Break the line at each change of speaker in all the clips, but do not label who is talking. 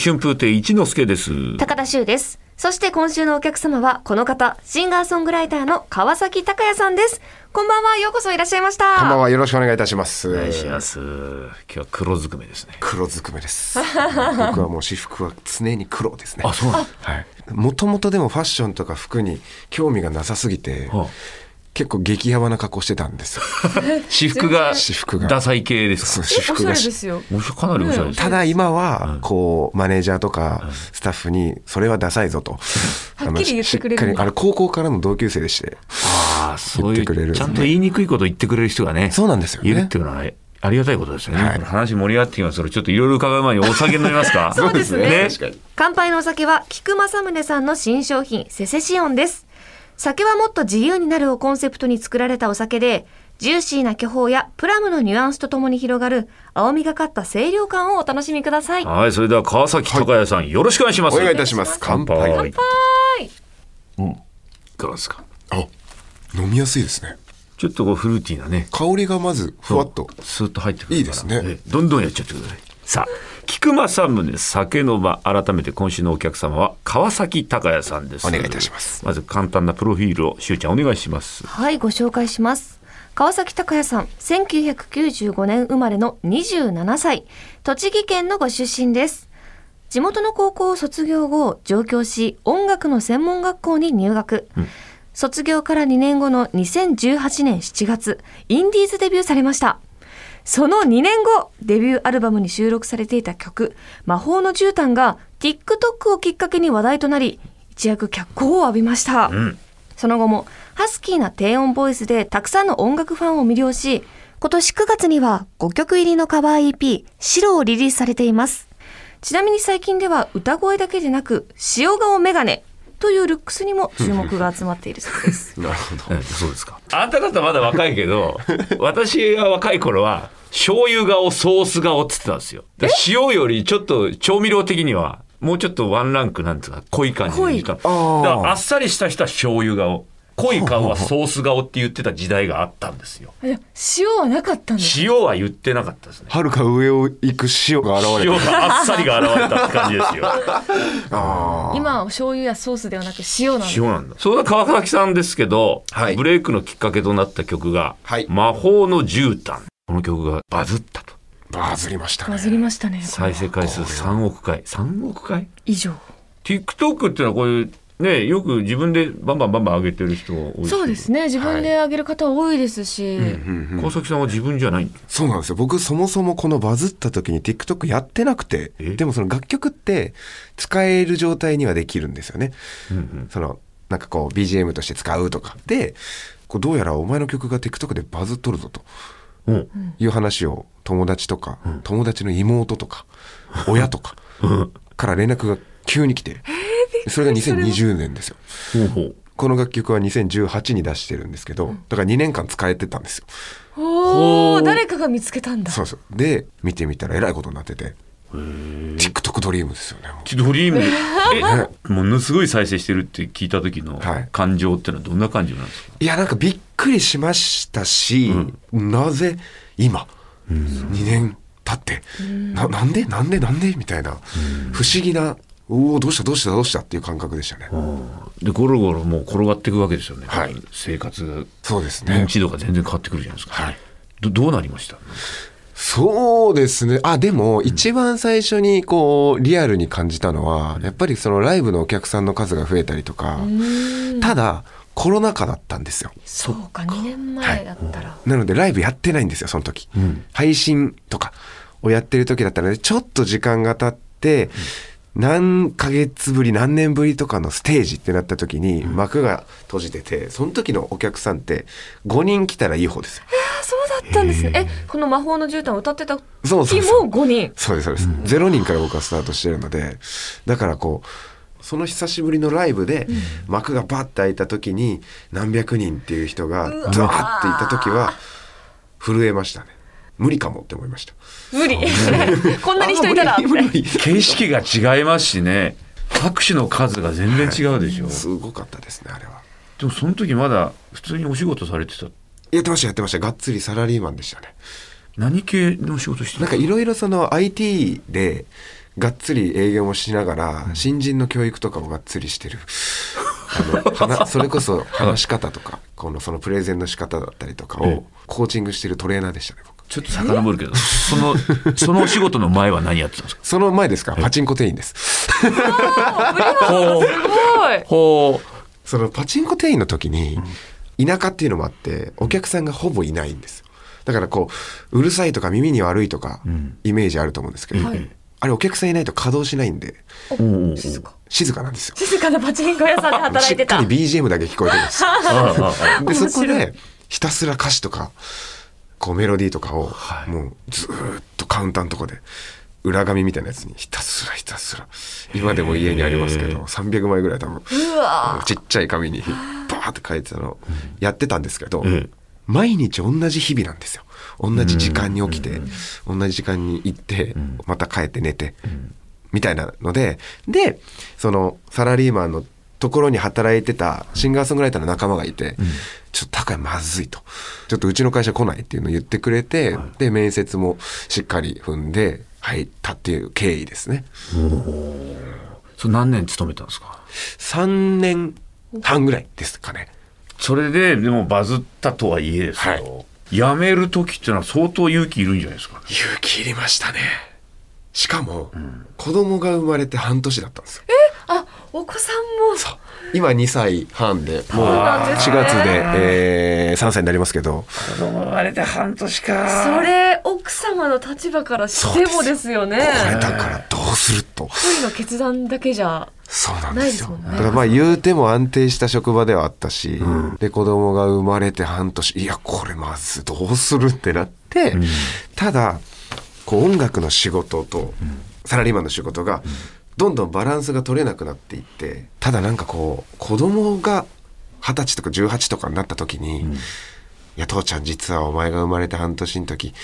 春風亭一之輔です。
高田修です。そして今週のお客様はこの方、シンガーソングライターの川崎隆也さんです。こんばんは、ようこそいらっしゃいました。
こんばんは、よろしくお願いいたします。
お願いします。今日は黒ずくめですね。
黒ずくめです。僕はもう私服は常に黒ですね。
あ、そうなんです。
はい。もともとでもファッションとか服に興味がなさすぎて、
はあ
結構激ヤバな格好してた んですよ。
私服が、
私服が
ダサい系です
そう
か。
私
お
服
しゃ
が
れ
し
ですよ。
おしゃかなりおしゃれです。
ただ今は、こう、マネージャーとか、スタッフに、それはダサいぞと。
はっきり言ってくれる
あのししっかりあれ、高校からの同級生でして。
ああ、そうい
言ってくれる
う、ちゃんと言いにくいこと言ってくれる人がね、
そうなんですよね
いるっていうのは、ありがたいことですよね。
はい
これ話盛り上がってきますから、ちょっといろいろ伺う前にお酒になりますか
そうですね
ね
確かに。
乾杯のお酒は菊正宗さんの新商品セセシオンです酒はもっと自由になるをコンセプトに作られたお酒でジューシーな巨峰やプラムのニュアンスとともに広がる青みがかった清涼感をお楽しみください
はい、それでは川崎隆也さん、よろしくお願いします。
お願いいたします。乾
乾
杯。
杯。い
はい
かがですか
あ、飲みやすいですね。
ちょっとこうフルーティーなね、
香りがまず、ふわっと。
スーッと入ってくるから
いいですね
ええどんどんやっちゃってくださいさあ菊間さん宗酒の場改めて今週のお客様は川崎隆也さんです
お願いいたします
まず簡単なプロフィールをしゅうちゃんお願いし ます
はい、ご紹介します。川崎隆也さん、1995年生まれの27歳、栃木県のご出身です。地元の高校を卒業後、上京し、音楽の専門学校に入学。卒業から2年後の2018年7月、インディーズデビューされました。その2年後、デビューアルバムに収録されていた曲、魔法の絨毯が TikTok をきっかけに話題となり、一躍脚光を浴びました。その後も、ハスキーな低音ボイスでたくさんの音楽ファンを魅了し、今年9月には5曲入りのカバー EP、白をリリースされています。ちなみに最近では歌声だけでなく、塩顔メガネというルックスにも注目が集まっているそう です。
なるほど。
ええそうですかあんた方まだ若いけ ど私が若い頃は醤油顔ソース顔って言ってたんですよだから塩よりちょっと調味料的にはもうちょっとワンランクなんつうか濃い感じの
濃い
だか
あー
らあっさりした人は醤油顔濃い顔はソース顔って言ってた時代があったんですよ
塩はなかったんで
塩は言ってなかったですね。
はるか上を行く塩が現れて
塩があっさりが現れたって感じですよ。
今は醤油やソースではなく塩なの
塩なんだ。そんな川崎さんですけど、
はい
ブレイクのきっかけとなった曲が、
はい
魔法の絨毯。この曲がバズったと。
バズりました
バ
ね。
ズりましたね。
再生回数3億回。3億回
以上。
?TikTok っていうのはこういう、ね、よく自分でバンバンバンバン上げてる人が多いですけど
そうですね。自分であげる方多いですし、
川崎さんは自分じゃないんです
そうなんですよ。僕そもそもこのバズった時に TikTok やってなくて、
え
でもその楽曲って使える状態にはできるんですよね。その、なんかこう BGM として使うとか。で、こうどうやらお前の曲が TikTok でバズっとるぞと
うん。
いう話を友達とか、友達の妹とか、親とかから連絡が急に来て、それが2020年ですよ。
ほうほう。
この楽曲は2018に出してるんですけど、だから2年間使えてたんですよ。
お
ほう
お、誰かが見つけたんだ。
そうそう。で、見てみたらえらいことになってて。TikTok ドリームですよね。も
ドリームで。え、ものすごい再生してるって聞いた時の
はい
感情ってのはどんな感情なんですか、
ういや、なんかびっくりしましたし、なぜ今、2年経って、ななんでなんでなんでみたいな、不思議な、おお、どうしたどうしたどうしたっていう感覚でしたね。
でゴロゴロもう転がっていくわけですよね、
はい
生活が
そうです
認
ね。
知度が全然変わってくるじゃないですか、
はい
どどうなりました
そうですね。あ、でも、一番最初に、こう、リアルに感じたのは、やっぱりそのライブのお客さんの数が増えたりとか、ただ、コロナ禍だったんですよ。
そうか、2年前だったら。
なのでライブやってないんですよ、その時。配信とかをやってる時だったので、ちょっと時間が経って、何ヶ月ぶり、何年ぶりとかのステージってなった時に幕が閉じてて、その時のお客さんって5人来たらいい方ですよ。
あ、そうだったんですね。え、この魔法の絨毯を歌ってた時
そうそうそう
も5人。
そうです、そうです。0人から僕はスタートしてるので、だからこう、その久しぶりのライブで幕がバッて開いた時に何百人っていう人が
うわー
ザーっていた時は震えましたね。無理かもって思いました。
無理。こんなに人いたら。
あ無理無理
形式が違いますしね拍手の数が全然違うでしょ、
すごかったですねあれは
でもその時まだ普通にお仕事されてた
やってましたやってましたがっつりサラリーマンでしたね
何系の仕事して
なん
た
かいろいろその IT でがっつり営業もしながら、新人の教育とかもがっつりしてる。あの 話それこそ話し方とか、このそのプレゼンの仕方だったりとかをコーチングしてるトレーナーでしたね僕
ちょっと遡るけど、その、 そのお仕事の前は何やってたんですか
その前ですかパチンコ店員です
ほう、
すごい。
ほ
そのパチンコ店員の時に田舎っていうのもあってお客さんがほぼいないんですよだからこううるさいとか耳に悪いとか
ん
イメージあると思うんですけど、
はい
あれお客さんいないと稼働しないんで
う。おう
静か。
静かなんですよ
静かなパチンコ屋さんで働いてた。
しっかり BGM だけ聞こえてるん です
あああ
でそ
白い
こでひたすら歌詞とかこうメロディーとかを、
はい
もうずーっとカウンターのとこで裏紙みたいなやつにひたすらひたすら今でも家にありますけ
へ
ど
ー
300枚ぐらい多分
うわ
ちっちゃい紙にバーって書いてたのをやってたんですけど、
ええ
毎日同じ日々なんですよ同じ時間に起きて、同じ時間に行って、また帰って寝て、みたいなのででそのサラリーマンのところに働いてたシンガーソングライターの仲間がいて、ちょっと高いまずいとちょっとうちの会社来ないっていうのを言ってくれて、で面接もしっかり踏んで入ったっていう経緯ですね
それ何年勤めたんですか
3年半ぐらいですかね
それで、でもバズったとはいえですよ。
はい
辞める時っていうのは相当勇気いるんじゃないですか。
勇気いりましたねしかも、子供が生まれて半年だったんですよ
あ、お子さんも。
そう今2歳半でもう
なん
4
です
月
ね
で、えー3歳になりますけど
子供生まれて半年か。
それ奥様の立場からしてもですよね。
これだからどうすると
一人の決断だけじゃ。
そうなんですよ
ないですもんね
だからまあ言うても安定した職場ではあったし、で子供が生まれて半年いやこれまずどうするってなって、ただこう音楽の仕事とサラリーマンの仕事がどんどんバランスが取れなくなっていってただなんかこう子供が二十歳とか18とかになった時に、いや父ちゃん実はお前が生まれて半年の時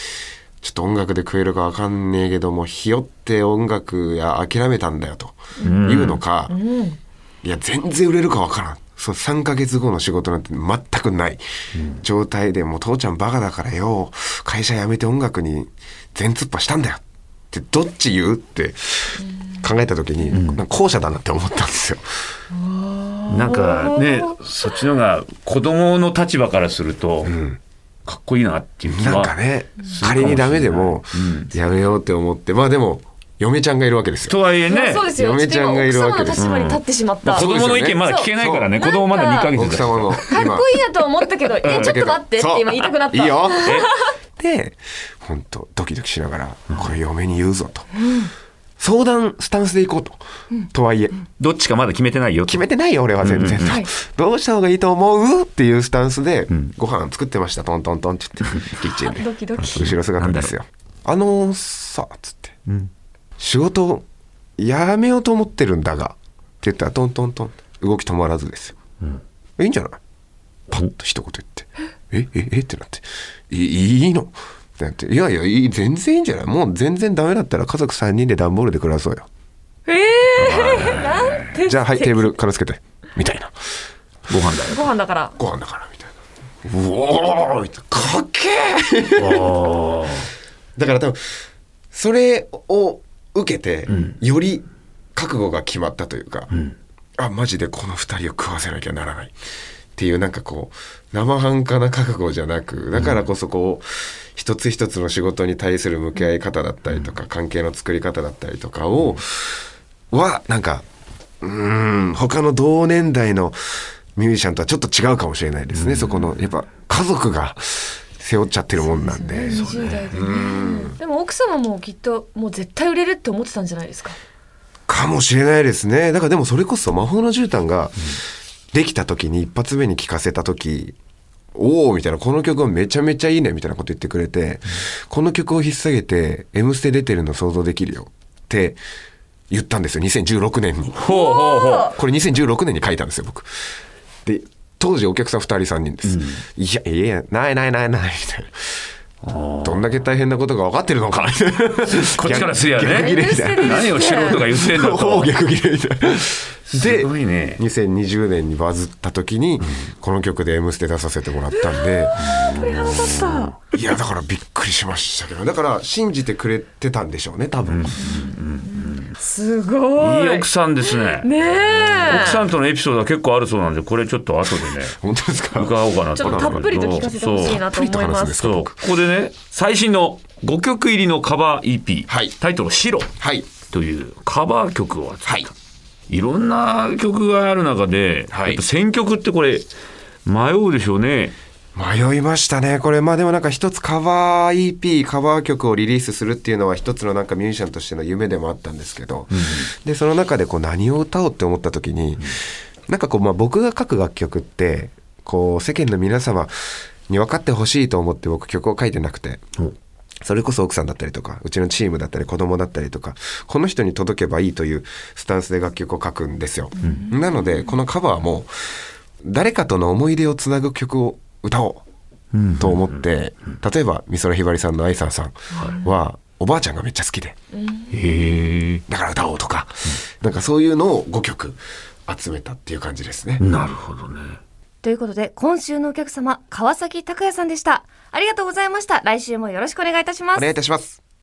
ちょっと音楽で食えるかわかんねえけどもひよって音楽や諦めたんだよというのか、いや全然売れるかわからんそう3ヶ月後の仕事なんて全くない状態で、もう父ちゃんバカだからよ会社辞めて音楽に全突破したんだよってどっち言うって考えた時に、なんか後者だなって思ったんですよ。
なんかね、そっちのが子供の立場からすると、かっこいいなっていう気
なん
は
かね
するかもしれない
仮にダメでも
うん
やめようって思ってまあでも嫁ちゃんがいるわけですよ。
とはいえ
いや
ね、
そうですよ。
嫁ちゃんがいるわけです
ちょっと今奥様の立場に立ってしまっ
ま
た。
あ
か
子
っ
供の意見まだ聞けないからね、
そう
子供まだ2ヶ
奥
月だ
様の今
こいいなと思ったけど、いやちょっと待ってって今言いたくなった。
そう いいよ。で、本当ドキドキしながら、これ嫁に言うぞと。相談スタンスでいこうと。とはいえ、
どっちかまだ決めてないよと
決めてないよ俺は全然と
はい。
どうした方がいいと思うっていうスタンスで
ん、
ご飯作ってました、トントントンって言って、キッチンで。
ドキドキ。
後ろ姿ですよ。あのさ、つって。仕事やめようと思ってるんだがって言ったらトントントン動き止まらずですよ、いいんじゃないパッと一言言って「えええってなって「いいいの?」ってなって「いやいやいい全然いいんじゃないもう全然ダメだったら家族3人で段ボールで暮らそうよ
ええー、なんて。
じゃあはいテーブル片付けて」みたいな
ご飯だよ
ご飯だから。
「ご飯だから」みたいな「うおー!」みたいな「かっけー!」
あ
だから多分それを受けて、より覚悟が決まったというか、あマジでこの2人を食わせなきゃならないっていうなんかこう生半可な覚悟じゃなくだからこそこう、一つ一つの仕事に対する向き合い方だったりとか、関係の作り方だったりとかを、はなんかうーん他の同年代のミュージシャンとはちょっと違うかもしれないですね、そこのやっぱ家族が背負っちゃってるもんなんで。
20代でね。でも奥様もきっともう絶対売れるって思ってたんじゃないですか。
かもしれないですね。だからでもそれこそ魔法の絨毯ができた時に一発目に聴かせた時、おおみたいな、この曲はめちゃめちゃいいねみたいなこと言ってくれて、この曲を引っ提げて、M ステ出てるの想像できるよって言ったんですよ、2016年に。
あほうほうほう
これ2016年に書いたんですよ、僕。で、当時お客さん2人3人です。いや、いや、ないないないない、みたいな。どんだけ大変なことが分かってるのかみたいな。
こっちからすりゃ
逆切れ
ね
みたいな。
何を素人が言ってんだ
ほ
と
ぼ逆切れみたいな。
すごいね
2020年にバズった時に、この曲で「M ステ」出させてもらったんで
鳥肌立った。
いやだからびっくりしましたけどだから信じてくれてたんでしょうね多分、
すご
い
い。
い奥さんですね。
ねえ。
奥さんとのエピソードは結構あるそうなんで、これちょっと後でね、
本当ですか
伺おうかな
ち
と
ょっ
思
と
う
たっぷりと聞かせてほしいなと思いま。
そうたっぷりと話すんですす
そうそうここでね、最新の5曲入りのカバー EP、
はい
タイトル「白
はい」
というカバー曲を扱った、
はいい、
ろんな曲がある中で、
はい
やっぱ選曲ってこれ迷うでしょうね。
迷いましたねこれまあでもなんか一つカバー EP カバー曲をリリースするっていうのは一つのなんかミュージシャンとしての夢でもあったんですけど、でその中でこう何を歌おうって思った時に、なんかこうまあ僕が書く楽曲ってこう世間の皆様に分かってほしいと思って僕曲を書いてなくて。それこそ奥さんだったりとか、うちのチームだったり子供だったりとか、この人に届けばいいというスタンスで楽曲を書くんですよ。なので、このカバーも、誰かとの思い出をつなぐ曲を歌おうと思って、例えば、美空ひばりさんの愛さんさんは、おばあちゃんがめっちゃ好きで、
へ
だから歌おうとか、なんかそういうのを5曲集めたっていう感じですね
え。なるほどね。
ということで、今週のお客様、川崎拓也さんでした。ありがとうございました。来週もよろしくお願いいたしま
お
す
願いい。たします。